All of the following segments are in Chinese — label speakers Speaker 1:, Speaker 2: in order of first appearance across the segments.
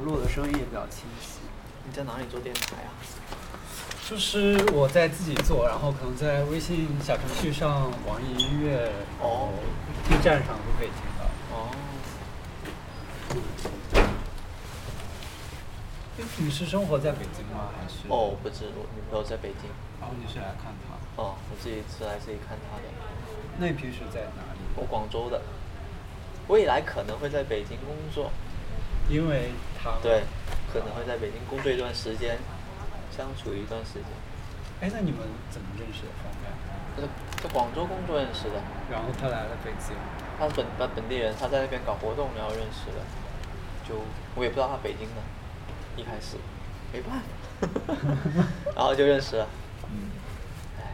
Speaker 1: 录的声音也比较清晰。
Speaker 2: 你在哪里做电台啊？
Speaker 1: 就是我在自己做，然后可能在微信小程序上、网易音乐、
Speaker 2: 哦
Speaker 1: ，B 站上都可以听到。
Speaker 2: 哦，
Speaker 1: 你你是生活在北京吗？还是？
Speaker 2: 哦，我不知我女朋友在北京。
Speaker 1: 然哦后你是来看他。
Speaker 2: 哦，我自己是来这里看她的。
Speaker 1: 那你平时在哪里？
Speaker 2: 我广州的，未来可能会在北京工作。
Speaker 1: 因为他。
Speaker 2: 对，可能会在北京工作一段时间，相处一段时间。
Speaker 1: 哎，那你们怎么认识的？方便？
Speaker 2: 在在广州工作认识的，
Speaker 1: 然后他来了北京，
Speaker 2: 他是本本本地人，他在那边搞活动，然后认识的。就我也不知道他北京的，一开始没办法，然后就认识了。
Speaker 1: 嗯，
Speaker 2: 唉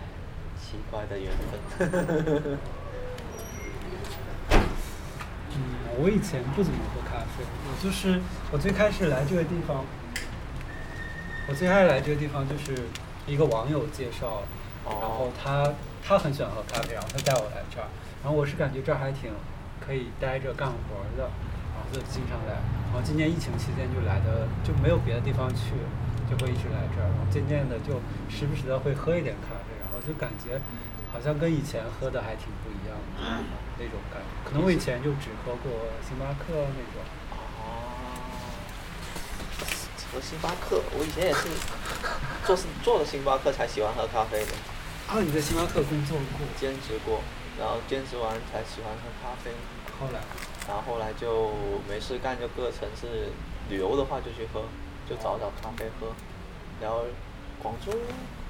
Speaker 2: 奇怪的缘分。
Speaker 1: 嗯，我以前不怎么喝咖啡，我就是我最开始来这个地方，我最开始来这个地方就是一个网友介绍，然后
Speaker 2: 哦
Speaker 1: 他他很喜欢喝咖啡，然后他带我来这儿，然后我是感觉这儿还挺可以待着干活儿的，然后就经常来，然后今年疫情期间就来的就没有别的地方去，就会一直来这儿，然后渐渐的就时不时的会喝一点咖啡，然后就感觉好像跟以前喝的还挺不一样的那种感觉，可能我以前就只喝过星巴克那种，
Speaker 2: 哦，喝星巴克，我以前也是做做了星巴克才喜欢喝咖啡的，
Speaker 1: 啊，你在星巴克工作过，
Speaker 2: 兼职过，然后兼职完才喜欢喝咖啡，
Speaker 1: 后来
Speaker 2: 然后后来就没事干，就各城市旅游的话就去喝，就找找咖啡喝，然后广州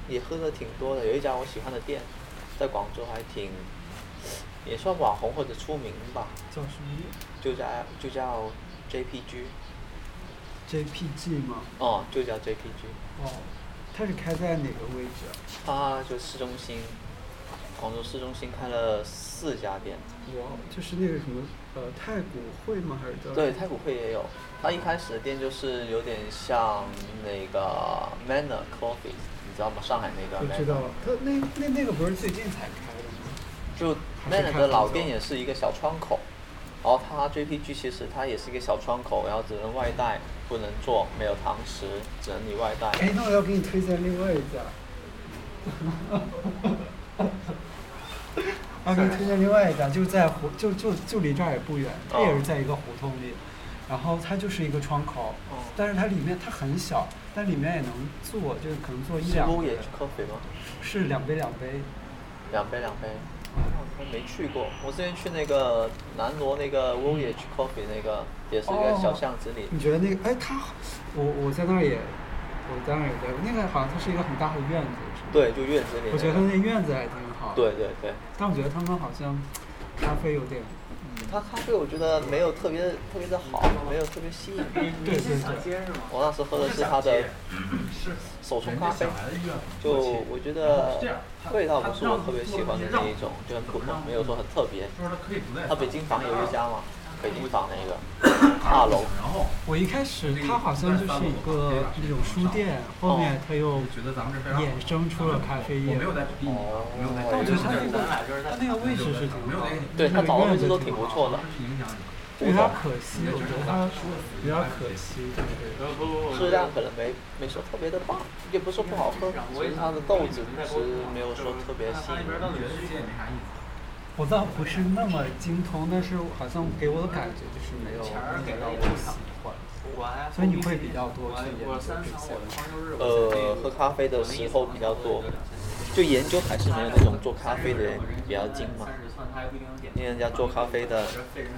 Speaker 2: 也喝的挺多的，有一家我喜欢的店，在广州还挺也算网红或者出名吧，
Speaker 1: 叫什么
Speaker 2: 就叫就叫 JPG，
Speaker 1: JPG 吗？
Speaker 2: 哦，就叫 JPG，
Speaker 1: 哦，它是开在哪个位置啊？
Speaker 2: 它就市中心，广州市中心开了四家店，
Speaker 1: 哇，就是那个什么呃太古汇吗？还是叫
Speaker 2: 对，太古汇也有，它一开始的店就是有点像那个 Manner Coffee，你知道吗？上海那个
Speaker 1: 我
Speaker 2: Manner，
Speaker 1: 知道了，它那那那个不是最近才开的吗？
Speaker 2: 就
Speaker 1: 还是
Speaker 2: Manner
Speaker 1: 看
Speaker 2: 的
Speaker 1: 很
Speaker 2: 老
Speaker 1: 久
Speaker 2: 店也是一个小窗口，然后它 JPG 其实它也是一个小窗口，然后只能外带，不能做，没有堂食，只能你外带。
Speaker 1: 哎，那我要给你推荐另外一家。 我要给你推荐另外一家，就在胡就就就离这儿也不远，
Speaker 2: 哦
Speaker 1: 它也是在一个胡同里，然后它就是一个窗口
Speaker 2: 哦，
Speaker 1: 但是它里面它很小，但里面也能坐，就是可能坐一
Speaker 2: 是
Speaker 1: 两
Speaker 2: 撸
Speaker 1: 个
Speaker 2: 野
Speaker 1: 人，
Speaker 2: Coffee 吗？
Speaker 1: 是两杯两杯，
Speaker 2: 两杯两杯。我没去过，我之前去那个南锣那个
Speaker 1: 嗯
Speaker 2: w o l i g e Coffee 那个也是一
Speaker 1: 哦
Speaker 2: 个小巷子里，
Speaker 1: 你觉得那个？哎，它，我我在那儿也，我在那儿也待过。那个好像它是一个很大的院子，是吧？
Speaker 2: 对，就院子里、那个。
Speaker 1: 我觉得它那院子还挺好。
Speaker 2: 对。对对，
Speaker 1: 但我觉得他们好像咖啡有点，
Speaker 2: 它咖啡我觉得没有特别特别的好，没有特别吸引。
Speaker 1: 对对对，
Speaker 2: 我那时喝的是它的手冲咖啡，就我觉得味道不是我特别喜欢的那一种，就很普通，没有说很特别。它北京房有一家嘛，北京房那个二楼，
Speaker 1: 我一开始它好像就是一个那种书店，后面它又衍生出了咖啡业。但
Speaker 2: 哦
Speaker 1: 我觉得它那个它那个位置是挺好的，
Speaker 2: 对它
Speaker 1: 它
Speaker 2: 找的位置都挺不错的。
Speaker 1: 有点可惜，我觉得它有点可惜，就是
Speaker 2: 质量可能没没说特别的棒，也不是说不好喝，只是它的豆子是没有说特别吸引人。
Speaker 1: 我倒不是那么精通，但是好像给我的感觉就是没有那么让我喜欢。所以你会比较多去研究这些吗。
Speaker 2: 呃，喝咖啡的时候比较多，就研究还是没有那种做咖啡的人比较精嘛，因为人家做咖啡的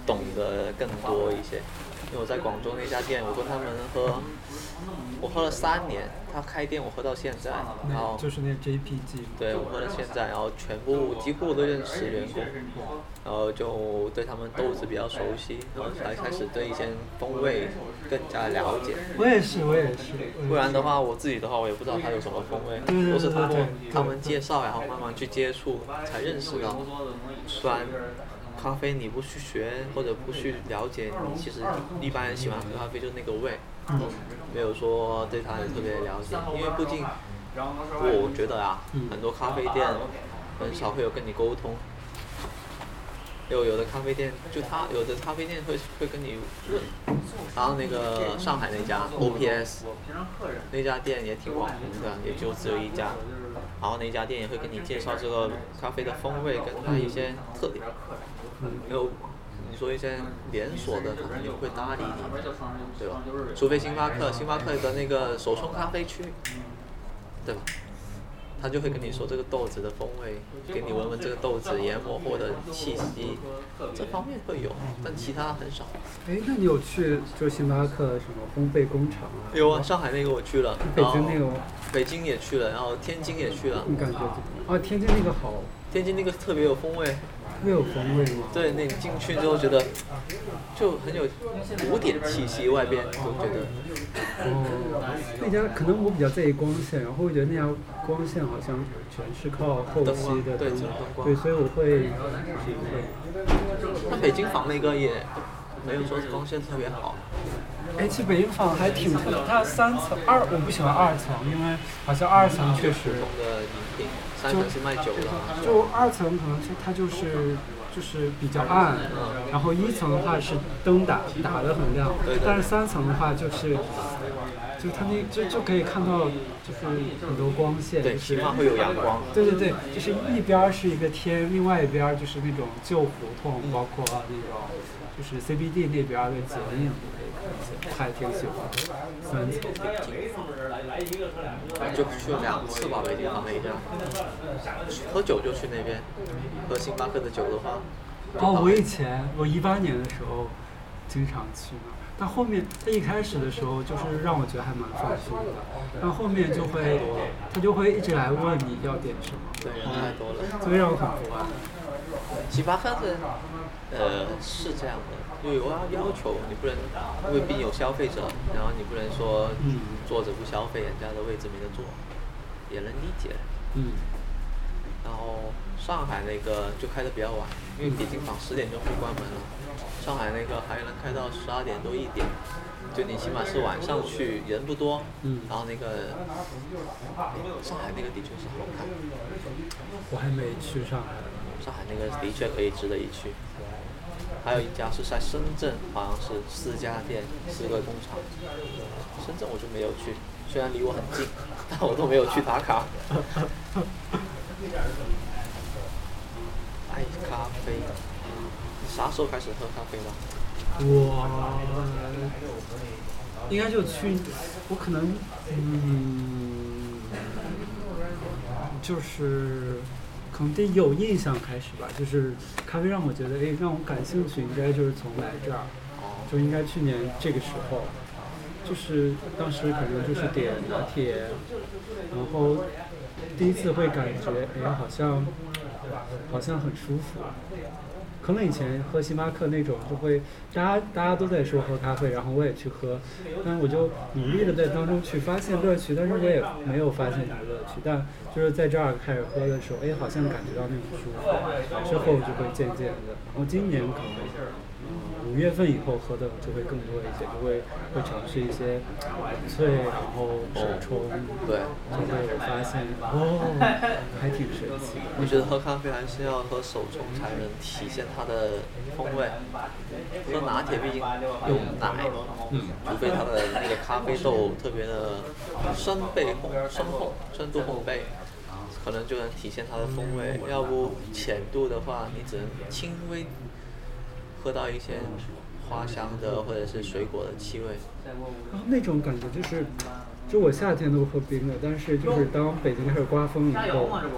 Speaker 2: 懂得更多一些。因为我在广州那家店，我跟他们喝，我喝了三年，他开店我喝到现在，然后
Speaker 1: 那就是那 JPG 嘛。
Speaker 2: 对我喝到现在，然后全部几乎我都认识员工，然后就对他们豆子比较熟悉，然后才开始对一些风味更加了解。
Speaker 1: 我也是，我也是。我也
Speaker 2: 不然的
Speaker 1: 是，
Speaker 2: 话，我自己的话，我也不知道它有什么风味
Speaker 1: 对对，
Speaker 2: 都是通
Speaker 1: 对
Speaker 2: 过
Speaker 1: 对
Speaker 2: 他们介绍，然后慢慢去接触，才认识到。虽然咖啡你不去学或者不去了解，你其实一般人喜欢喝咖啡就那个味，没有说对它有特别了解，因为毕竟我觉得啊
Speaker 1: 嗯，
Speaker 2: 很多咖啡店很少会有跟你沟通。有有的咖啡店，就他有的咖啡店会会跟你论，然后那个上海那家 OPS 那家店也挺网红的，也就只有一家，然后那家店也会跟你介绍这个咖啡的风味跟它一些特点，没有。你说一些连锁的，他肯定会搭理你，对吧？除非星巴克，星巴克的那个手冲咖啡区，对吧？他就会跟你说这个豆子的风味，给你闻闻这个豆子研磨后的气息，这方面会有，但其他很少。
Speaker 1: 哎，那你有去就星巴克什么烘焙工厂啊？
Speaker 2: 有啊，上海那个我去了，
Speaker 1: 北京那个
Speaker 2: 然后北京也去了，然后天津也去了。
Speaker 1: 你感觉怎么样？啊，天津那个好，
Speaker 2: 天津那个特别有风味，
Speaker 1: 特别有风味吗？
Speaker 2: 对，那你进去之后觉得就很有古典气息，外边就觉得
Speaker 1: 哦，那家可能我比较在意光线，然后我觉得那家光线好像全是靠后
Speaker 2: 灯
Speaker 1: 期
Speaker 2: 光
Speaker 1: 的
Speaker 2: 对
Speaker 1: 灯
Speaker 2: 只有灯光
Speaker 1: 对，所以我会体会。
Speaker 2: 那北京仿那个也没有说光线特别好，
Speaker 1: 哎，其实北京坊还挺特别，它三层二我不喜欢二层，因为好像二层确实
Speaker 2: 普通的饮品，三层是卖酒的啊，
Speaker 1: 就二层可能是它就是就是比较暗，然后一层的话是灯打打得很亮，
Speaker 2: 对对
Speaker 1: 但是三层的话就是就它那就就可以看到就是很多光线，
Speaker 2: 对，啊
Speaker 1: 就
Speaker 2: 起
Speaker 1: 是
Speaker 2: 码会有阳光。
Speaker 1: 对对对，就是一边儿是一个天，另外一边儿就是那种旧胡同，包括那种就是 CBD 那边儿的剪影，还挺喜欢的三层。
Speaker 2: 就去了两次吧，北京旁边一家。喝酒就去那边，喝星巴克的酒的话，
Speaker 1: 哦，我以前我一八年的时候经常去那儿，但后面他一开始的时候就是让我觉得还蛮放松的，但后面就会他就会一直来问你要点什么，
Speaker 2: 对，人太多了。
Speaker 1: 所以让我很不安。
Speaker 2: 星巴克的，呃，是这样的，有啊要求，你不能，因为毕竟有消费者，然后你不能说
Speaker 1: 嗯
Speaker 2: 坐着不消费，人家的位置没得坐，也能理解。
Speaker 1: 嗯，
Speaker 2: 然后上海那个就开的比较晚，因为北京坊十点钟会关门了，上海那个还能开到十二点多一点，就你起码是晚上去人不多，
Speaker 1: 嗯
Speaker 2: 然后那个哎上海那个的确是好看，
Speaker 1: 我还没去上海，
Speaker 2: 上海那个的确可以值得一去。还有一家是在深圳，好像是四家店，四个工厂。深圳我就没有去，虽然离我很近， 但我都没有去打卡。爱咖啡，你啥时候开始喝咖啡的？
Speaker 1: 我应该就去，我可能嗯，就是可能得有印象开始吧，就是咖啡让我觉得哎让我感兴趣，应该就是从来这儿。
Speaker 2: 哦，
Speaker 1: 就应该去年这个时候，就是当时可能就是点拿铁，然后第一次会感觉，哎，好像好像很舒服。可能以前喝星巴克那种，就会大家大家都在说喝咖啡，然后我也去喝，但我就努力的在当中去发现乐趣，但是我也没有发现啥乐趣。但就是在这儿开始喝的时候，哎，好像感觉到那种舒服，之后就会渐渐的。然后今年可能五月份以后喝的就会更多一些，就会会尝试一些冷萃，然后手冲，
Speaker 2: 对
Speaker 1: 就会有发现哦，还挺神奇的。
Speaker 2: 我觉得喝咖啡还是要喝手冲才能体现它的风味。喝拿铁毕竟用奶，
Speaker 1: 嗯
Speaker 2: 除非它的那个咖啡豆特别的深焙烘、深烘、深度烘焙，可能就能体现它的风味。要不浅度的话，你只能轻微喝到一些花香的或者是水果的气味。
Speaker 1: 然后那种感觉就是，就我夏天都喝冰的，但是就是当北京开始刮风以
Speaker 3: 加油
Speaker 1: 后
Speaker 3: 啊嘛，，这不？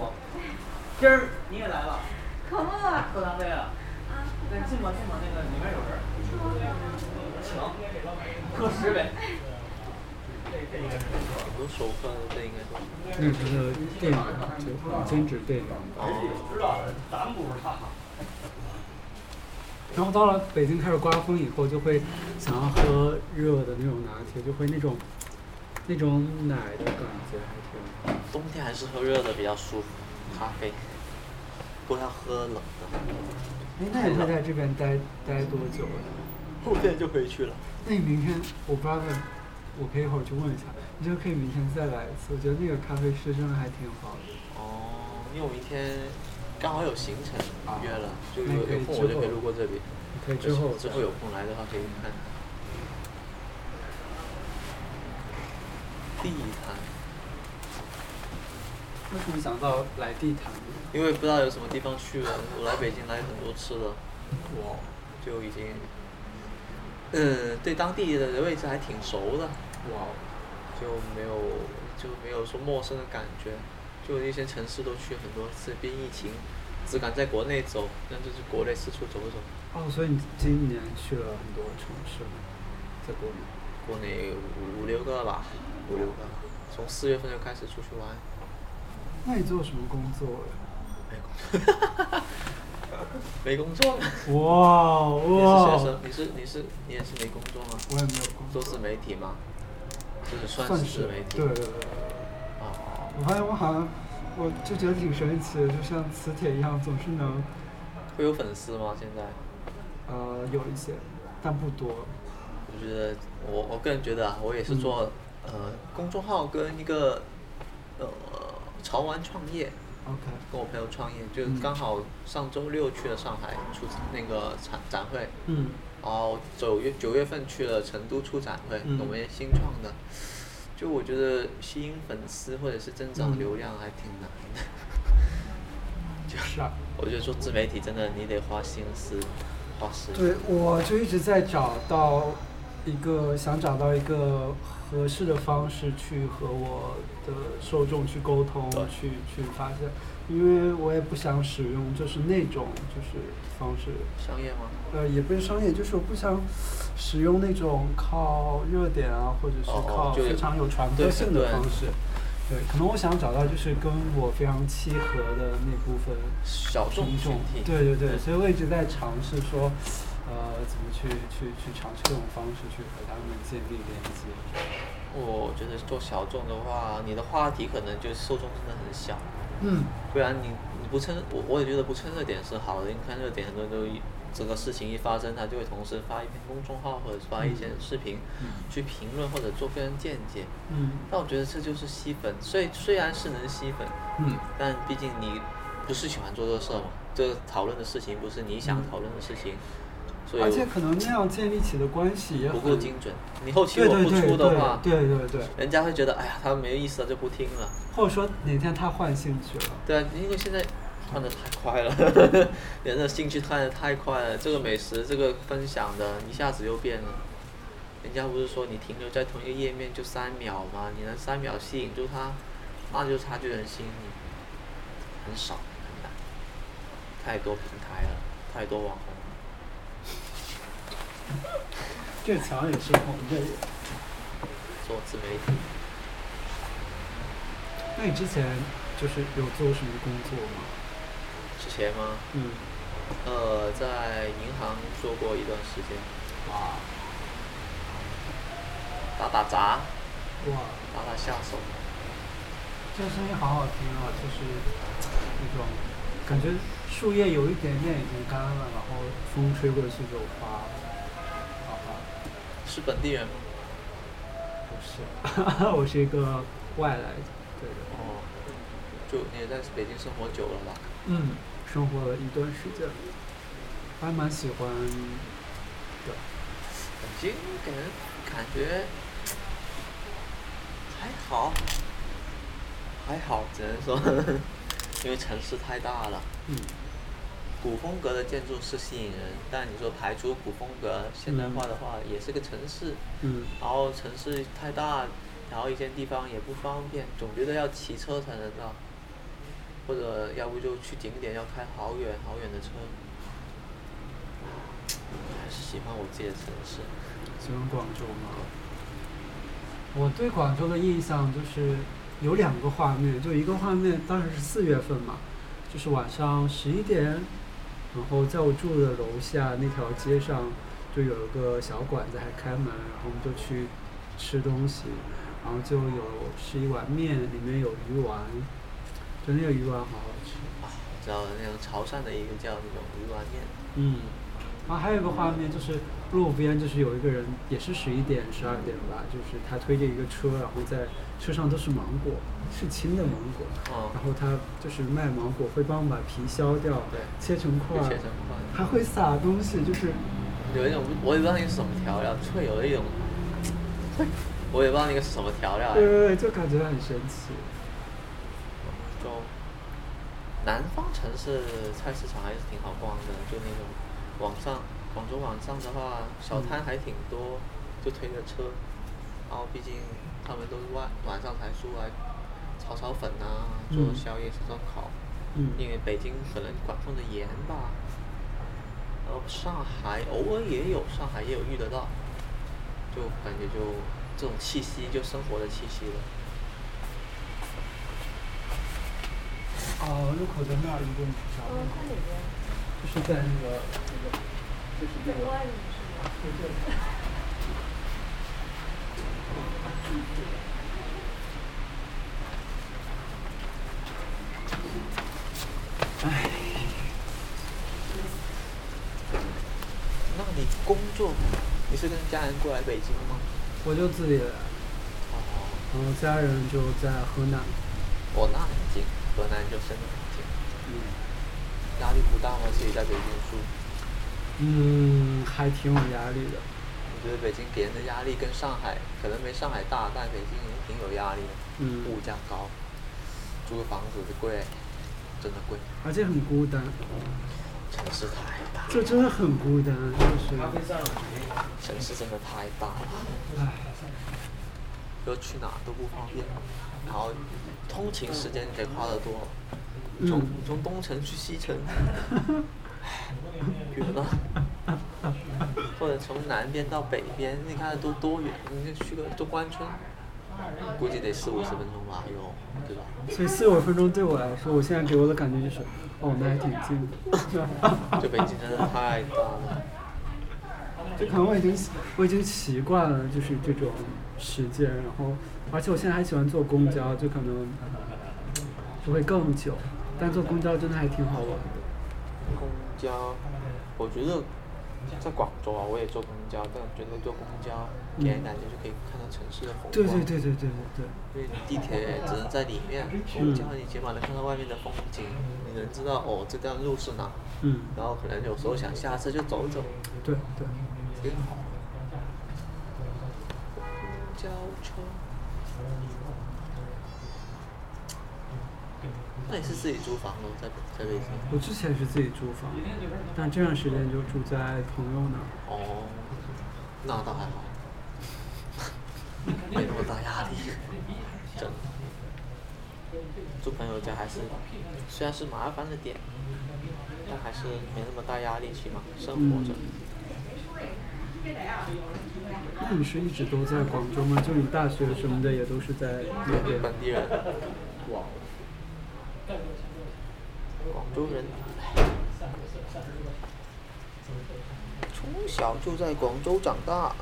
Speaker 3: 今儿你也来了，
Speaker 4: 可乐啊，
Speaker 3: 喝咖啡啊？那进吧，进吧，那个里面有人。请，喝十杯。
Speaker 2: 很多熟客这应该都
Speaker 1: 那时候的电影就兼职电影。然后到了北京开始刮风以后，就会想要喝热的那种拿铁，就会那种那种奶的感觉还挺好。
Speaker 2: 冬天还是喝热的比较舒服，咖啡，不要喝冷的。
Speaker 1: 哎，那你会在这边待待多久啊呀？
Speaker 2: 后天就回去了。
Speaker 1: 那你明天我不知道问，我可以一会儿去问一下，你就可以明天再来一次。我觉得那个咖啡师真的还挺好的。
Speaker 2: 哦，因为我明天刚好有行程约了，就有
Speaker 1: 那可以
Speaker 2: 有空
Speaker 1: 之
Speaker 2: 我就
Speaker 1: 后
Speaker 2: 可以路过这里。
Speaker 1: 可以之后
Speaker 2: 之后有空来的话可以看。地坛，
Speaker 1: 为什么想到来地坛呢？
Speaker 2: 因为不知道有什么地方去了，我来北京来很多次了，我就已经，嗯，对当地的位置还挺熟的，
Speaker 3: 哇，
Speaker 2: 就没有就没有说陌生的感觉，就一些城市都去很多次，毕竟疫情，只敢在国内走，那就是国内四处走走。
Speaker 1: 哦，所以你今年去了很多城市，在国内。
Speaker 2: 国内五五六个吧，五六个，从四月份就开始出去玩。
Speaker 1: 那你做什么工作呀？
Speaker 2: 没工作吗？
Speaker 1: 哇
Speaker 2: 你是学
Speaker 1: 哇
Speaker 2: 生，！你是你是你也是没工作吗？
Speaker 1: 我也没有工
Speaker 2: 都
Speaker 1: 作，
Speaker 2: 自媒体吗？就是算
Speaker 1: 算
Speaker 2: 是
Speaker 1: 是
Speaker 2: 自媒体。
Speaker 1: 对对对对。
Speaker 2: 哦，
Speaker 1: 我发现我好像，我就觉得挺神奇的，就像磁铁一样，总是能，
Speaker 2: 会有粉丝吗？现在？
Speaker 1: 呃，有一些，但不多。
Speaker 2: 我觉得我我个人觉得啊，我也是做、呃公众号跟一个呃潮玩创业，
Speaker 1: OK，
Speaker 2: 跟我朋友创业，就
Speaker 1: 嗯
Speaker 2: 刚好上周六去了上海出那个展展会，
Speaker 1: 嗯，
Speaker 2: 然后九月九月份去了成都出展会，
Speaker 1: 嗯
Speaker 2: 我们也新创的。就我觉得吸引粉丝或者是增长
Speaker 1: 嗯
Speaker 2: 流量还挺难的，
Speaker 1: 就是啊。
Speaker 2: 我觉得做自媒体真的你得花心思，花时 间。
Speaker 1: 对，我就一直在找到一个想找到一个合适的方式去和我的受众去沟通
Speaker 2: 对，
Speaker 1: 去去发现，因为我也不想使用就是那种就是方式，
Speaker 2: 商业吗？
Speaker 1: 呃，也不是商业，就是我不想使用那种靠热点啊，或者是
Speaker 2: 哦哦
Speaker 1: 靠
Speaker 2: 就
Speaker 1: 非常有传
Speaker 2: 对
Speaker 1: 播性
Speaker 2: 对
Speaker 1: 的方式。对，可能我想找到就是跟我非常契合的那部分
Speaker 2: 小众
Speaker 1: 品
Speaker 2: 群
Speaker 1: 种
Speaker 2: 体。
Speaker 1: 对对对，所以我一直在尝试说，呃，怎么去去去尝试各种方式去和他们建立连接。
Speaker 2: 我觉得做小众的话，你的话题可能就受众真的很小，
Speaker 1: 嗯，
Speaker 2: 不然你你不蹭，我我也觉得不蹭热点是好的。你看热点，很多人都一这个事情一发生，他就会同时发一篇公众号或者发一些视频，
Speaker 1: 嗯
Speaker 2: 去评论或者做个人见解。
Speaker 1: 嗯
Speaker 2: 但我觉得这就是吸粉，虽虽然是能吸粉，
Speaker 1: 嗯，
Speaker 2: 但毕竟你不是喜欢做这个事儿嘛，这个讨论的事情不是你想讨论的事情，所以
Speaker 1: 嗯而且
Speaker 2: 我
Speaker 1: 可能那样建立起的关系也
Speaker 2: 不
Speaker 1: 很
Speaker 2: 够精准。你后期
Speaker 1: 对
Speaker 2: 我
Speaker 1: 对
Speaker 2: 不
Speaker 1: 对
Speaker 2: 出
Speaker 1: 对
Speaker 2: 的话，
Speaker 1: 对对对，
Speaker 2: 人家会觉得哎呀，他没意思了就不听了。
Speaker 1: 或者说哪天他换兴趣了。
Speaker 2: 对啊，因为现在换的太快了， 人的兴趣换的太快了。这个美食，这个分享的，一下子又变了。人家不是说你停留在同一个页面就三秒吗？你能三秒吸引住他，那就他就能吸引你。很少，很难。太多平台了，太多网红了。
Speaker 1: 这墙也是红的。
Speaker 2: 做自媒体，
Speaker 1: 那你之前就是有做什么工作吗？
Speaker 2: 之前吗？
Speaker 1: 嗯，
Speaker 2: 呃，在银行做过一段时间，
Speaker 1: 哇
Speaker 2: 打打杂，
Speaker 1: 哇，
Speaker 2: 打打下手。
Speaker 1: 这声音好好听啊，就是那种感觉树叶有一点点已经干了，然后风吹过去就花了。好吧，
Speaker 2: 是本地人吗？
Speaker 1: 不是， 我是一个外来的，对的。
Speaker 2: 哦，就你也在北京生活久了吧？
Speaker 1: 嗯，生活了一段时间，还蛮喜欢的。
Speaker 2: 北京给人感觉还好，还好，只能说， 因为城市太大了。
Speaker 1: 嗯
Speaker 2: 古风格的建筑是吸引人，但你说排除古风格，现代化的话也是个城市，
Speaker 1: 嗯
Speaker 2: 然后城市太大，然后一些地方也不方便，总觉得要骑车才能到，或者要不就去景点要开好远好远的车。还是喜欢我自己的城市，
Speaker 1: 喜欢广州吗？我对广州的印象就是有两个画面，就一个画面当时是四月份嘛，就是晚上十一点，然后在我住的楼下那条街上就有一个小馆子还开门，然后我们就去吃东西，然后就有是一碗面，里面有鱼丸，就那个鱼丸好好吃，
Speaker 2: 啊，我知道那种潮汕的一个叫那种鱼丸面，
Speaker 1: 嗯，然后还有一个画面就是路边，就是有一个人，也是十一点、十二点吧，就是他推着一个车，然后在车上都是芒果，是青的芒果。
Speaker 2: 哦
Speaker 1: 然后他就是卖芒果，会帮我们把皮削掉，
Speaker 2: 对
Speaker 1: 切成块
Speaker 2: 会
Speaker 1: 儿，
Speaker 2: 切成块儿
Speaker 1: 还会撒东西，就是
Speaker 2: 有一种我也不知道那个是什么调料，就会有一种， 我也不知道那个是什么调料、哎
Speaker 1: 对对对，就感觉很神奇。
Speaker 2: 就南方城市菜市场还是挺好逛的，就那种网上广州网上的话，小摊还挺多，就推着车，然后毕竟他们都是晚晚上才出来炒炒粉啊，做
Speaker 1: 嗯
Speaker 2: 宵夜吃烧烤，
Speaker 1: 嗯
Speaker 2: 因为北京可能管控的严吧，然后上海偶尔也有，上海也有遇得到，就感觉就这种气息，就生活的气息了。
Speaker 1: 哦，入口的那儿一个啥？
Speaker 4: 嗯，它里边
Speaker 1: 就是在那个，就是那
Speaker 4: 在
Speaker 1: 个，
Speaker 4: 外面是吗？
Speaker 2: 那你工作，你是跟家人过来北京吗？
Speaker 1: 我就自己来，
Speaker 2: 哦，
Speaker 1: 然后家人就在河南。
Speaker 2: 我那很近，河南就真的很近，
Speaker 1: 嗯。
Speaker 2: 压力不大吗？自己在北京住，
Speaker 1: 嗯，还挺有压力的。
Speaker 2: 我觉得北京给人的压力跟上海可能没上海大，但北京也挺有压力的。
Speaker 1: 嗯
Speaker 2: 物价高，租个房子贵，真的贵，
Speaker 1: 而且很孤单，
Speaker 2: 城市太大，
Speaker 1: 这真的很孤单，就是，
Speaker 2: 城市真的太大了。
Speaker 1: 唉，
Speaker 2: 就去哪都不方便，然后通勤时间得花得多，
Speaker 1: 嗯
Speaker 2: 从从东城去西城，远了，或者从南边到北边，你看都多远？你就去个中关村，估计得四五十分钟吧，有对吧？
Speaker 1: 所以四五分钟对我来说，我现在给我的感觉就是，哦，那还挺近的。
Speaker 2: 这北京真的太大了，
Speaker 1: 就可能我已经我已经习惯了，就是这种时间，然后而且我现在还喜欢坐公交，就可能就会更久，但坐公交真的还挺好玩的。
Speaker 2: 公交，我觉得在广州啊，我也坐公交，但我觉得坐公交给人感觉就可以看到城市的风光。
Speaker 1: 嗯对对对对对对对。
Speaker 2: 因为地铁只能在里面，
Speaker 1: 嗯
Speaker 2: 这样你起码能看到外面的风景，你能知道哦这段路是哪，
Speaker 1: 嗯
Speaker 2: 然后可能有时候想下车就走走，
Speaker 1: 对对，
Speaker 2: 挺好。公交车，那你是自己租房喽，在在北京？
Speaker 1: 我之前是自己租房，但这段时间就住在朋友那儿。
Speaker 2: 哦，那倒还好， 没那么大压力，真的。住朋友家还是，虽然是麻烦了点，但还是没那么大压力，起码生活着。
Speaker 1: 那你是一直都在广州吗？就你大学什么的也都是在那边？
Speaker 2: 本地人，广州人，从小就在广州长大。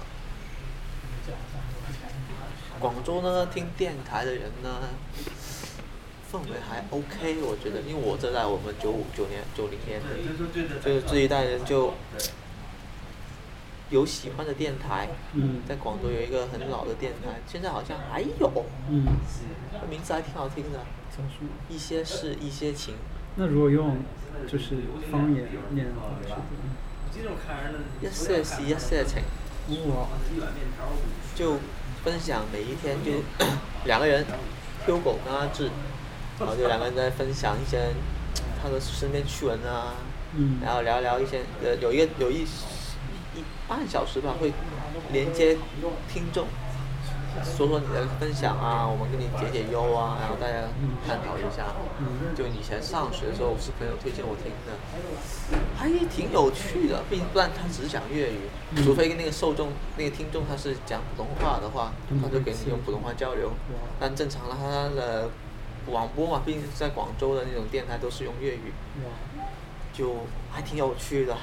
Speaker 2: 广州呢，听电台的人呢，氛围还 OK，我觉得，因为我这代我们九五、九年、九零年的，就是这一代人就有喜欢的电台，
Speaker 1: 嗯
Speaker 2: 在广州有一个很老的电台，现在好像还有，
Speaker 1: 嗯，
Speaker 2: 名字还挺好听的，
Speaker 1: 叫什么？
Speaker 2: 一些事一些情，
Speaker 1: 那如果用就是方言念的话是怎
Speaker 2: 一些事一些情，
Speaker 1: 么样？哇，
Speaker 2: 就分享每一天就 两个人，Hugo 跟阿志，然后就两个人在分享一些他的身边趣闻啊，
Speaker 1: 嗯
Speaker 2: 然后聊聊一些呃有一个有一一半小时吧会连接听众。说说你的分享啊，我们给你解解忧啊，然后大家探讨一下。
Speaker 1: 嗯
Speaker 2: 就以前上学的时候，我是朋友推荐我听的，还挺有趣的。并不然他只是讲粤语，
Speaker 1: 嗯
Speaker 2: 除非那个受众、那个听众他是讲普通话的话，
Speaker 1: 嗯
Speaker 2: 他就给你用普通话交流。但正常的他的广播嘛，毕竟在广州的那种电台都是用粤语，
Speaker 1: 哇！
Speaker 2: 就还挺有趣的。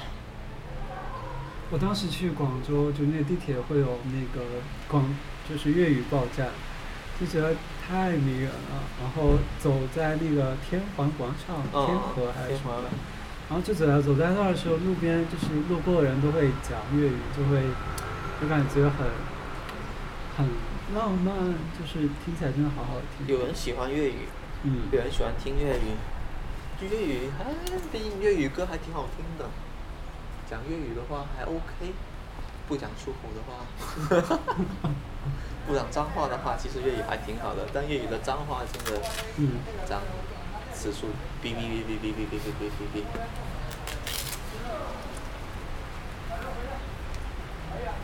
Speaker 1: 我当时去广州，就那地铁会有那个广，就是粤语报站，就觉得太迷人了。然后走在那个天皇广场、
Speaker 2: 嗯
Speaker 1: 天河还是
Speaker 2: 天
Speaker 1: 什
Speaker 2: 河
Speaker 1: 么的，然后就走在走在那儿的时候，路边就是路过的人都会讲粤语，就会就感觉很很浪漫，就是听起来真的好好听。
Speaker 2: 有人喜欢粤语，
Speaker 1: 嗯，
Speaker 2: 有人喜欢听粤语，就粤语还毕竟粤语歌还挺好听的。讲粤语的话还 OK，不讲出口的话， 不讲脏话的话，其实粤语还挺好的。但粤语的脏话真的，
Speaker 1: 嗯，
Speaker 2: 脏词数哔哔哔哔哔哔哔哔哔哔哔。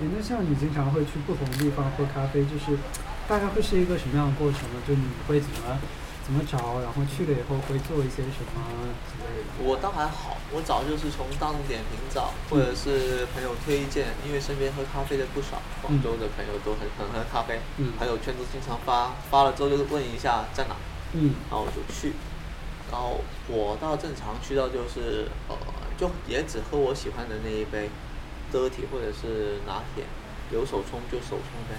Speaker 1: 也就像你经常会去不同地方喝咖啡，就是大概会是一个什么样的过程呢？就你会怎么怎么找，然后去了以后会做一些什么之类的？
Speaker 2: 我倒还好，我早就是从大众点评找，或者是朋友推荐，因为身边喝咖啡的不少，广州的朋友都很很喝咖啡，
Speaker 1: 嗯
Speaker 2: 还有圈子经常发，发了之后就问一下在哪，
Speaker 1: 嗯
Speaker 2: 然后我就去，然后我到正常去到就是呃，就也只喝我喜欢的那一杯，dirty 或者是拿铁，有手冲就手冲呗。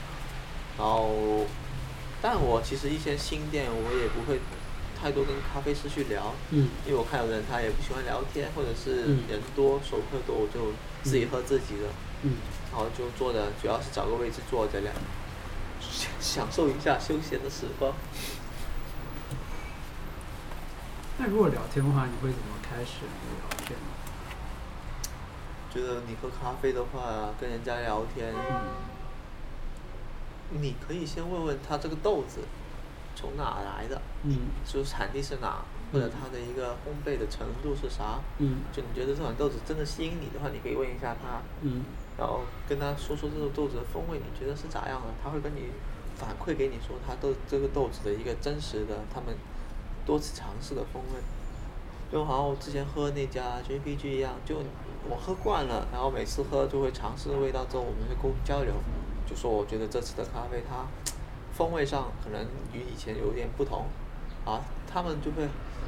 Speaker 2: 然后，但我其实一些新店我也不会太多跟咖啡师去聊，
Speaker 1: 嗯
Speaker 2: 因为我看有的人他也不喜欢聊天，或者是
Speaker 1: 嗯
Speaker 2: 人多熟客多，我就自己喝自己的，
Speaker 1: 嗯
Speaker 2: 然后就坐着，主要是找个位置坐着聊，享受一下休闲的时光。
Speaker 1: 那如果聊天的话，你会怎么开始聊天呢？
Speaker 2: 觉得你喝咖啡的话，跟人家聊天，
Speaker 1: 嗯
Speaker 2: 你可以先问问他这个豆子从哪来的，
Speaker 1: 嗯
Speaker 2: 就是产地是哪，或者它的一个烘焙的程度是啥。
Speaker 1: 嗯
Speaker 2: 就你觉得这款豆子真的吸引你的话，你可以问一下他，
Speaker 1: 嗯
Speaker 2: 然后跟他说说这种豆子的风味，你觉得是咋样的？他会跟你反馈给你说他豆这个豆子的一个真实的他们多次尝试的风味。就好像我之前喝那家 JPG 一样，就我喝惯了，然后每次喝就会尝试味道之后，我们就沟交流，就说我觉得这次的咖啡它风味上可能与以前有点不同，啊，他们就会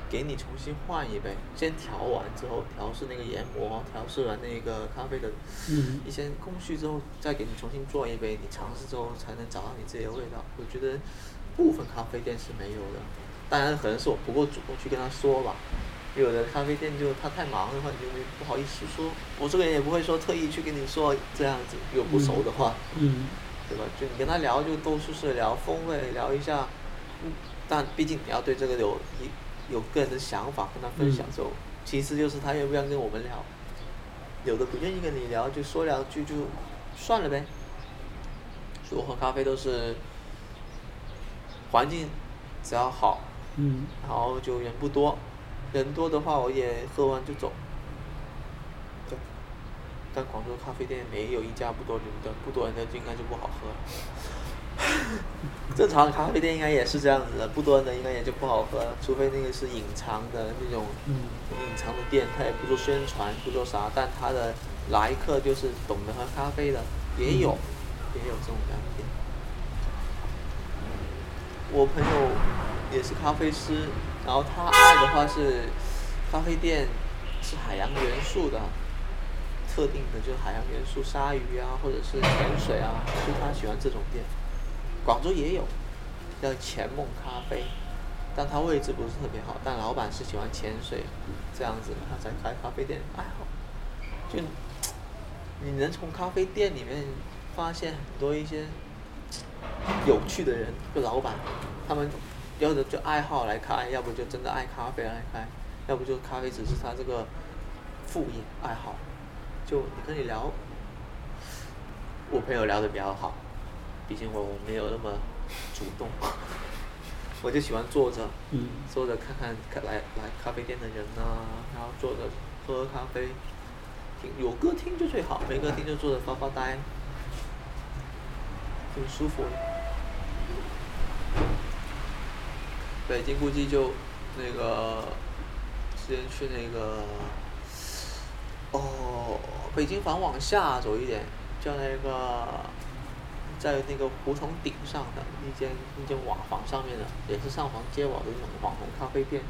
Speaker 2: 给你重新换一杯，先调完之后调试那个研磨，调试完那个咖啡的
Speaker 1: 嗯
Speaker 2: 一些工序之后，再给你重新做一杯，你尝试之后才能找到你自己的味道。我觉得部分咖啡店是没有的，当然可能是我不够主动去跟他说吧。有的咖啡店就他太忙的话，你就没不好意思说。我这个人也不会说特意去跟你说这样子，有不熟的话，
Speaker 1: 嗯
Speaker 2: 对吧？就你跟他聊，就都是是聊风味，聊一下。嗯但毕竟你要对这个有一有个人的想法跟他分享
Speaker 1: 嗯
Speaker 2: 之后，其次就是他愿不愿意跟我们聊。有的不愿意跟你聊，就说两句就算了呗。所以我喝咖啡都是环境只要好，
Speaker 1: 嗯
Speaker 2: 然后就人不多，人多的话我也喝完就走。对。但广州咖啡店没有一家不多人的，不多人的就应该就不好喝。 正常的咖啡店应该也是这样子的，不多人的应该也就不好喝，除非那个是隐藏的那种
Speaker 1: 嗯
Speaker 2: 隐藏的店，它也不做宣传，不做啥，但它的来客就是懂得喝咖啡的，也有，也有这种咖啡店。我朋友也是咖啡师，然后他爱的话是咖啡店是海洋元素的，特定的就是海洋元素，鲨鱼啊，或者是潜水啊，就他喜欢这种店。广州也有，叫钱梦咖啡，但它位置不是特别好，但老板是喜欢潜水这样子的，他才开咖啡店爱好。就你能从咖啡店里面发现很多一些有趣的人，就老板，他们要的就爱好来开，要不就真的爱咖啡来开，要不就咖啡只是他这个副业爱好。就你跟你聊，我朋友聊的比较好，毕竟我没有那么主动， 我就喜欢坐着，
Speaker 1: 嗯
Speaker 2: 坐着看看看来来咖啡店的人呐、然后坐着喝咖啡，听有歌听就最好，没歌听就坐着发发呆，挺舒服的。北京估计就那个之前去那个哦，北京房往下走一点，叫那个在那个胡同顶上的一间一间瓦房上面的，也是上房揭瓦的那种网红咖啡店，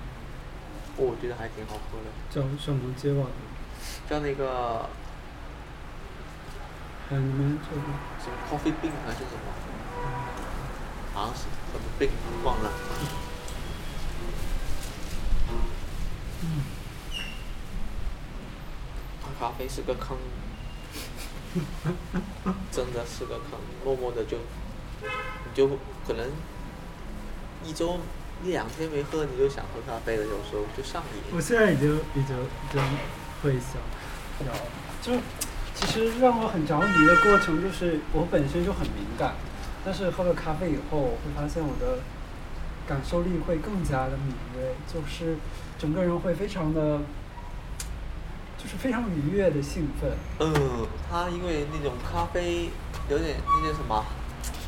Speaker 2: 我觉得还挺好喝的，
Speaker 1: 叫什么街网？
Speaker 2: 叫那个
Speaker 1: 还有你们这个
Speaker 2: 什么 coffee bean 还是什么，好像是什么 bean 忘了。
Speaker 1: 嗯
Speaker 2: 咖啡是个坑，真的是个坑，默默的就，你就可能一周一两天没喝，你就想喝咖啡了，有时候就上
Speaker 1: 我
Speaker 2: 瘾。
Speaker 1: 现在已经已经已经会想要，就其实让我很着迷的过程就是我本身就很敏感，但是喝了咖啡以后，我会发现我的感受力会更加的敏锐，就是整个人会非常的，就是非常愉悦的兴奋。
Speaker 2: 嗯，它因为那种咖啡有点那叫什么，啊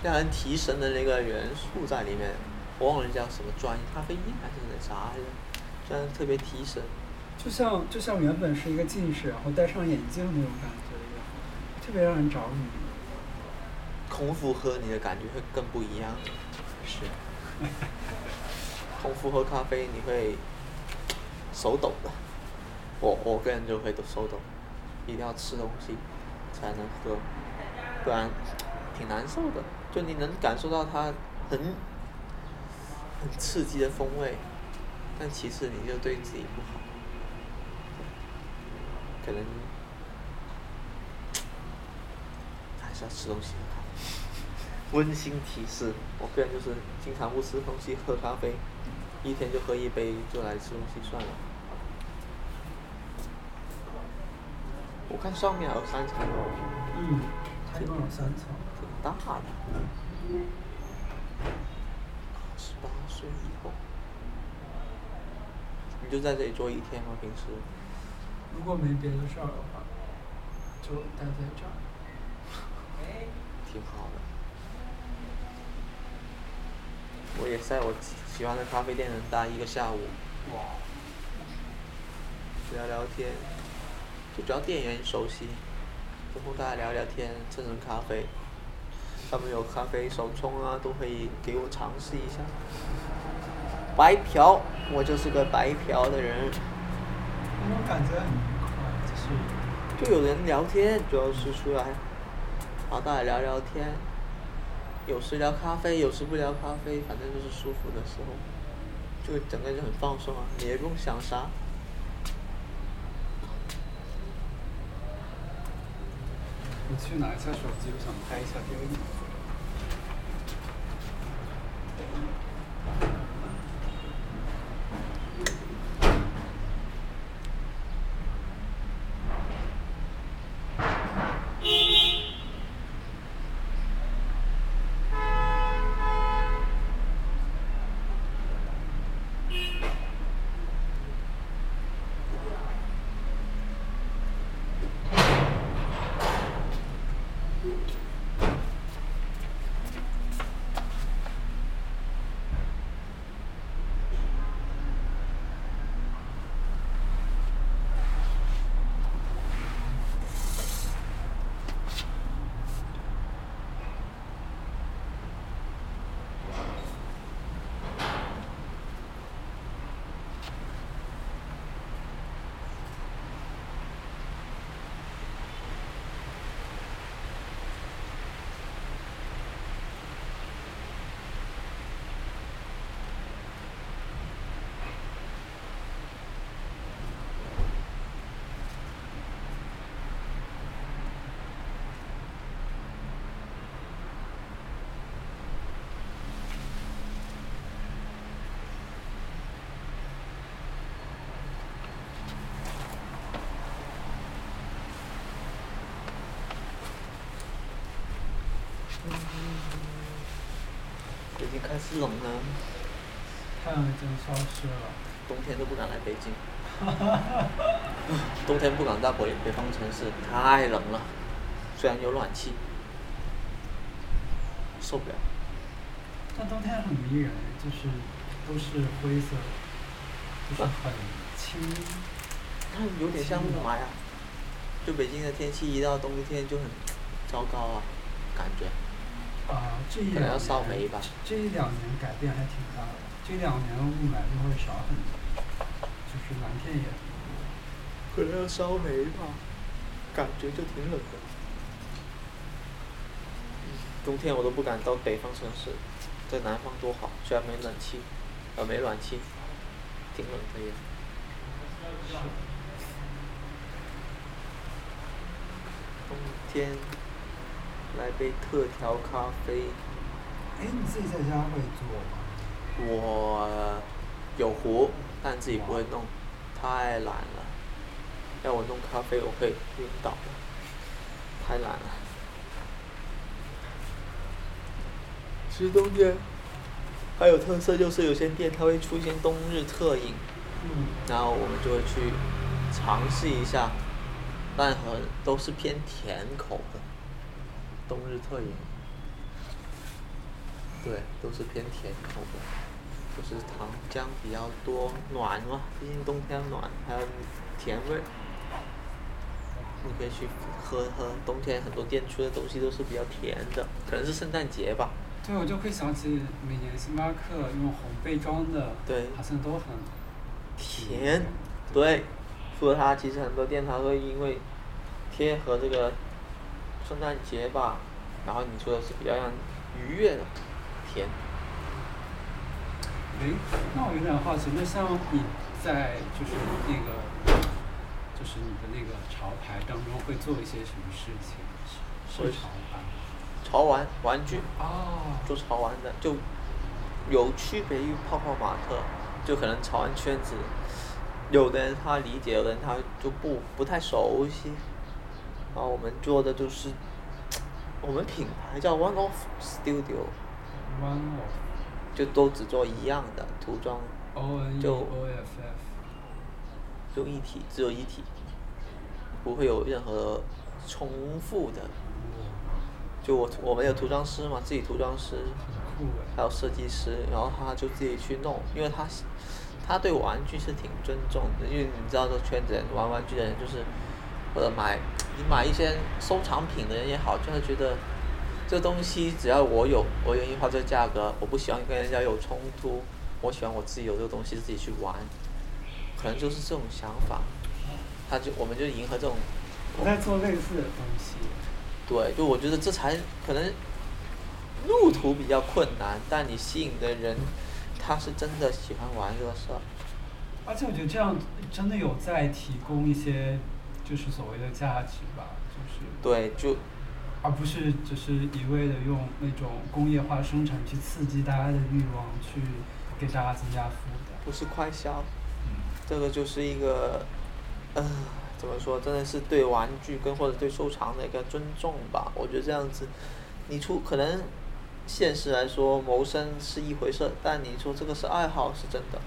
Speaker 2: 让人提神的那个元素在里面，我忘了叫什么专咖啡因还是那啥来着，让人特别提神。
Speaker 1: 就像就像原本是一个近视，然后戴上眼镜那种感觉一样，特别让人着迷。
Speaker 2: 空腹喝你的感觉会更不一样。是。空腹喝咖啡你会手抖的，我我个人就会都手抖，一定要吃东西才能喝，不然挺难受的。就你能感受到它很很刺激的风味，但其实你就对自己不好，可能还是要吃东西喝咖啡。温馨提示，我个人就是经常不吃东西，喝咖啡，一天就喝一杯，就来吃东西算了。我看上面还有三层楼，
Speaker 1: 嗯，一共有三层。
Speaker 2: 挺大的。十八岁以后，你就在这里坐一天吗？平时？
Speaker 1: 如果没别的事儿的话，就待在这儿。
Speaker 2: 挺好的。我也在我喜喜欢的咖啡店能待一个下午，聊聊天，就只要店员熟悉，然后大家聊聊天，蹭蹭咖啡。他们有咖啡手冲啊，都会给我尝试一下。白嫖，我就是个白嫖的人。
Speaker 1: 那种感觉很愉快，就是
Speaker 2: 就有人聊天，主要是出来，然后大家聊聊天，有时聊咖啡，有时不聊咖啡，反正就是舒服的时候，就整个人就很放松啊，你也不用想啥。
Speaker 1: 我去拿一下手机，我想拍一下这个影子。
Speaker 2: 北京开始冷了，
Speaker 1: 太阳已经消失了。
Speaker 2: 冬天都不敢来北京，冬天不敢到北北方城市，太冷了。虽然有暖气，受不了。
Speaker 1: 但冬天很迷人，就是都是灰色，就是很清。
Speaker 2: 它有点像雾霾啊。就北京的天气一到冬天就很糟糕啊，感觉。
Speaker 1: 啊、这一
Speaker 2: 可
Speaker 1: 两
Speaker 2: 能要
Speaker 1: 年
Speaker 2: 扫雷吧
Speaker 1: 这一两年改变还挺大的。这两年雾霾就会少很多，就是蓝天也
Speaker 2: 可能要烧煤吧，感觉就挺冷的。冬天我都不敢到北方城市，在南方多好，虽然没冷气，呃没暖气，挺冷的也。冬天来杯特调咖啡。
Speaker 4: 哎，你自己在家会做吗？
Speaker 2: 我有壶，但自己不会弄，太懒了。要我弄咖啡，我会晕倒的，太懒了。其实冬天还有特色就是有些店它会出现冬日特饮，
Speaker 4: 嗯，
Speaker 2: 然后我们就会去尝试一下，但很都是偏甜口的冬日特饮。对，都是偏甜口的，就是糖浆比较多，暖嘛，毕竟冬天暖，还有甜味儿。你可以去喝喝，冬天很多店出的东西都是比较甜的，可能是圣诞节吧。
Speaker 1: 对，我就会想起每年星巴克用红杯装的，
Speaker 2: 对
Speaker 1: 好像都很
Speaker 2: 甜，对，除了它，其实很多店它会因为贴合这个圣诞节吧，然后你说的是比较让愉悦的甜，
Speaker 1: 诶，那我有点好奇，那像你在就是那个，就是你的那个潮牌当中会做一些什么事情？是
Speaker 2: 会
Speaker 1: 是潮牌？
Speaker 2: 潮玩玩具
Speaker 1: 哦，
Speaker 2: 做潮玩的就有区别于泡泡玛特，就可能潮玩圈子，有的人他理解，有的人他就不不太熟悉。然后我们做的就是，我们品牌叫 One Off Studio，
Speaker 1: 弯
Speaker 2: 就都只做一样的涂装，
Speaker 1: 哦，O N E
Speaker 2: 就
Speaker 1: O F F，
Speaker 2: 就一体，只有一体，不会有任何重复的。就我我们有涂装师嘛，自己涂装师，
Speaker 1: 酷诶，
Speaker 2: 还有设计师，然后他就自己去弄，因为他喜他对玩具是挺尊重的，因为你知道这圈子人玩玩具的人就是，或者买你买一些收藏品的人也好，就会觉得这东西只要我有，我愿意花这个价格，我不喜欢跟人家有冲突，我喜欢我自己有这个东西自己去玩，可能就是这种想法，他就我们就迎合这种
Speaker 1: 我在做类似的东西。
Speaker 2: 对，就我觉得这才可能路途比较困难，但你吸引的人，他是真的喜欢玩这个事儿。
Speaker 1: 而且我觉得这样真的有在提供一些，就是所谓的价值吧，就是，
Speaker 2: 对，就
Speaker 1: 而不是只是一味的用那种工业化生产去刺激大家的欲望，去给大家增加负担。
Speaker 2: 不是快消，这个就是一个，呃，怎么说，真的是对玩具跟或者对收藏的一个尊重吧。我觉得这样子，你出可能现实来说谋生是一回事，但你说这个是爱好是真的。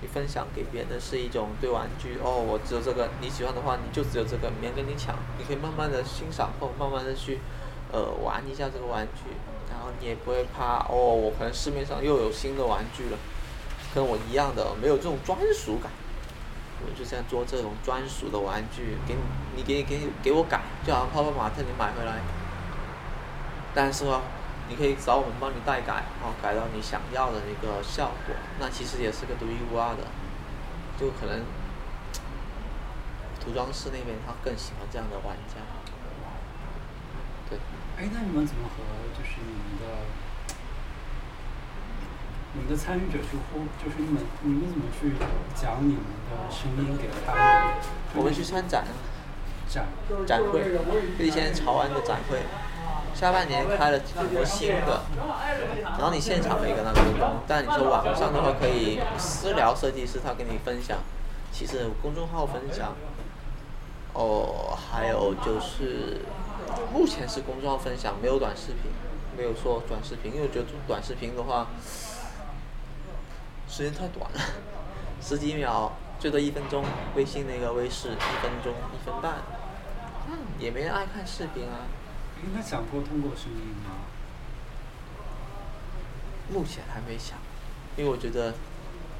Speaker 2: 你分享给别人的是一种对玩具哦，我只有这个，你喜欢的话你就只有这个，没人跟你抢，你可以慢慢的欣赏或慢慢的去，呃，玩一下这个玩具，然后你也不会怕哦，我可能市面上又有新的玩具了，跟我一样的，没有这种专属感。我就想做这种专属的玩具，给你，你给给给我改，就好像泡泡玛特你买回来，但是哦，你可以找我们帮你代改，然后改到你想要的那个效果，那其实也是个独一无二的，就可能涂装师那边他更喜欢这样的玩家，对。
Speaker 1: 哎，那你们怎么和就是你们的你们的参与者去互，就是你们你们怎么去讲你们的声音给他们？
Speaker 2: 我们去参展啊，
Speaker 1: 展，哎
Speaker 2: 展会，以前潮玩的展会，下半年开了挺多新的，然后你现场没跟他沟通，但你说网上的话可以私聊设计师，他跟你分享，其实公众号分享，哦，还有就是目前是公众号分享，没有短视频，没有说短视频，因为我觉得做短视频的话，时间太短了，十几秒，最多一分钟。微信那个微视一分钟一分半，嗯，也没人爱看视频啊。
Speaker 1: 哎，那想过通过声音吗？
Speaker 2: 目前还没想，因为我觉得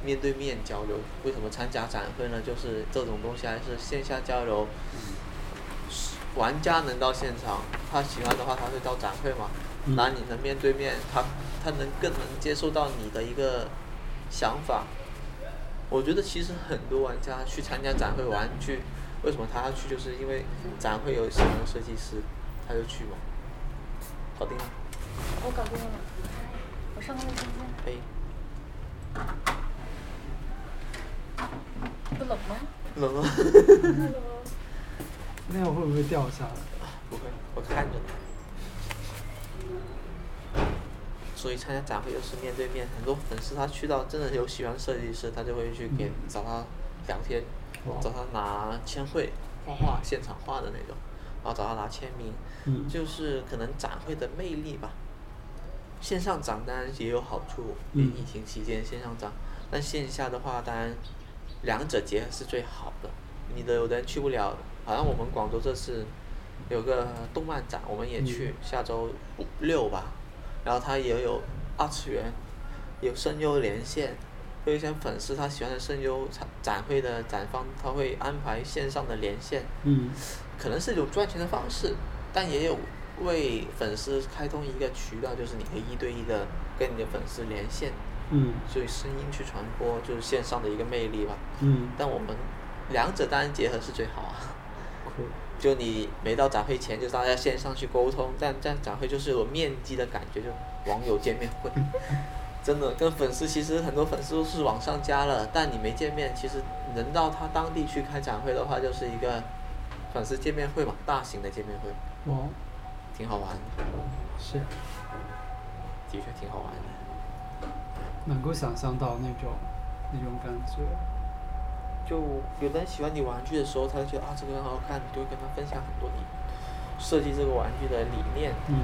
Speaker 2: 面对面交流，为什么参加展会呢？就是这种东西还是线下交流，玩家能到现场，他喜欢的话他会到展会嘛。
Speaker 1: 嗯
Speaker 2: 那你能面对面，他他能更能接受到你的一个想法。我觉得其实很多玩家去参加展会玩去，为什么他要去？就是因为展会有喜欢的设计师，他就去嘛。搞定了，
Speaker 5: 我搞定了，我上个卫生间，
Speaker 2: 可以。
Speaker 5: 不冷吗？
Speaker 2: 冷啊！
Speaker 1: 那样会不会掉下来？
Speaker 2: 不会，我看着呢。所以参加展会就是面对面，很多粉丝他去到真的有喜欢设计师，他就会去给找他聊天，找他拿签绘、画画、现场画的那种，然后找他拿签名，
Speaker 1: 嗯
Speaker 2: 就是可能展会的魅力吧。线上展当然也有好处，
Speaker 1: 嗯
Speaker 2: 疫情期间线上展，但线下的话当然两者结合是最好的。你的有的人去不了，好像我们广州这次有个动漫展，我们也去，下周五六吧，然后它也有二次元，有声优连线，有一些粉丝他喜欢的声优展展会的展方，他会安排线上的连线，
Speaker 1: 嗯
Speaker 2: 可能是一种赚钱的方式，但也有为粉丝开通一个渠道，就是你可以一对一的跟你的粉丝连线，
Speaker 1: 嗯
Speaker 2: 所以声音去传播就是线上的一个魅力吧。
Speaker 1: 嗯，
Speaker 2: 但我们两者当然结合是最好啊。
Speaker 1: 可以
Speaker 2: 就你没到展会前，就大家线上去沟通，但这样展会就是有面基的感觉，就网友见面会， 真的跟粉丝其实很多粉丝都是往上加了，但你没见面，其实能到他当地去开展会的话，就是一个粉丝见面会嘛，大型的见面会，
Speaker 1: 哦，
Speaker 2: 挺好玩的，
Speaker 1: 是
Speaker 2: 的确挺好玩的，
Speaker 1: 能够想象到那种那种感觉，
Speaker 2: 就有的人喜欢你玩具的时候，他就觉得啊这个很好看，你就会跟他分享很多你设计这个玩具的理念，
Speaker 1: 嗯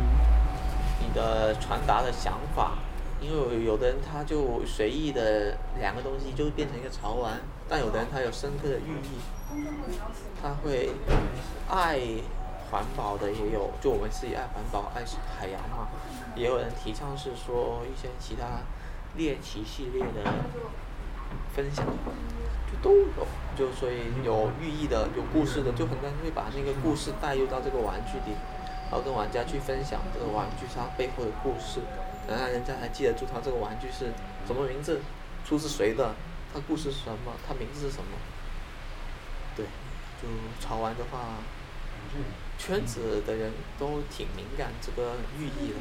Speaker 2: 你的传达的想法，因为有有的人他就随意的两个东西就变成一个潮玩，但有的人他有深刻的寓意，他会爱环保的也有，就我们自己爱环保爱海洋嘛，也有人提倡是说一些其他猎奇系列的分享，就都有，就所以有寓意的、有故事的，就很多人会把那个故事带入到这个玩具里，然后跟玩家去分享这个玩具它背后的故事，然后让人家还记得住它这个玩具是什么名字，出自谁的，它故事是什么，它名字是什么。对，就潮玩的话，圈子的人都挺敏感这个寓意的，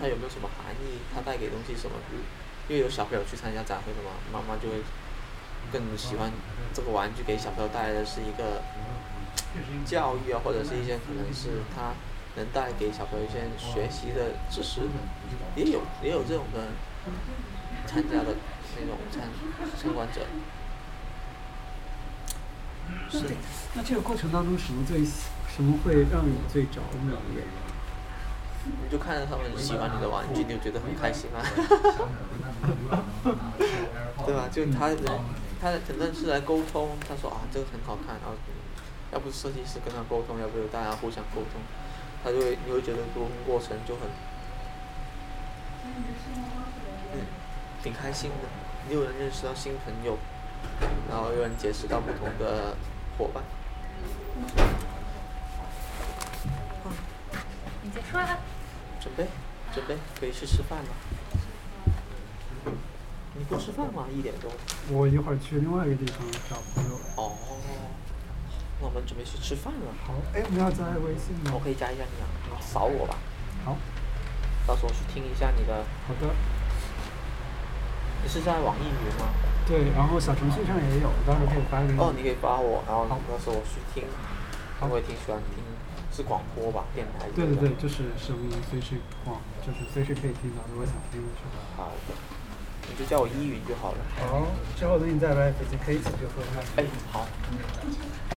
Speaker 2: 它有没有什么含义，它带给东西什么？因为有小朋友去参加展会的嘛，妈妈就会更喜欢这个玩具给小朋友带来的是一个教育啊，或者是一些可能是他能带给小朋友一些学习的知识，也有也有这种的参加的那种参参观者。
Speaker 1: 那这那这个过程当中，什么最什么会让你最着迷的？
Speaker 2: 你就看着他们喜欢你的玩具，你就觉得很开心啊， 对吧？就他人，他真的是来沟通，他说啊这个很好看，然后要不设计师跟他沟通，要不就大家互相沟通，他就会你会觉得沟通过程就很，嗯，挺开心的，你有人认识到新朋友，然后有人结识到不同的伙伴。
Speaker 5: 你啊结束啦？
Speaker 2: 准备，准备，可以去吃饭了。你不吃饭吗？一点钟。
Speaker 1: 我一会儿去另外一个地方找朋友。
Speaker 2: 哦，那我们准备去吃饭了。
Speaker 1: 好，哎，我们要加微信吗
Speaker 2: 我？可以加一下你啊，你扫我吧，
Speaker 1: 好，
Speaker 2: 到时候去听一下你的。
Speaker 1: 好的。
Speaker 2: 你是在网易云吗？
Speaker 1: 对，然后小程序上也有，到时候可以发给你。
Speaker 2: 哦，你可以发我，然后
Speaker 1: 好
Speaker 2: 到时候我去听。
Speaker 1: 嗯好
Speaker 2: 我也挺喜欢听，是广播吧，电台。
Speaker 1: 对对对，。就是声音随时广，就是随时可以听到，如果想听的时候。
Speaker 2: 好的，你就叫我依云就好了。
Speaker 1: 好，之后等你再来北京可以一起去喝咖
Speaker 2: 哎，好。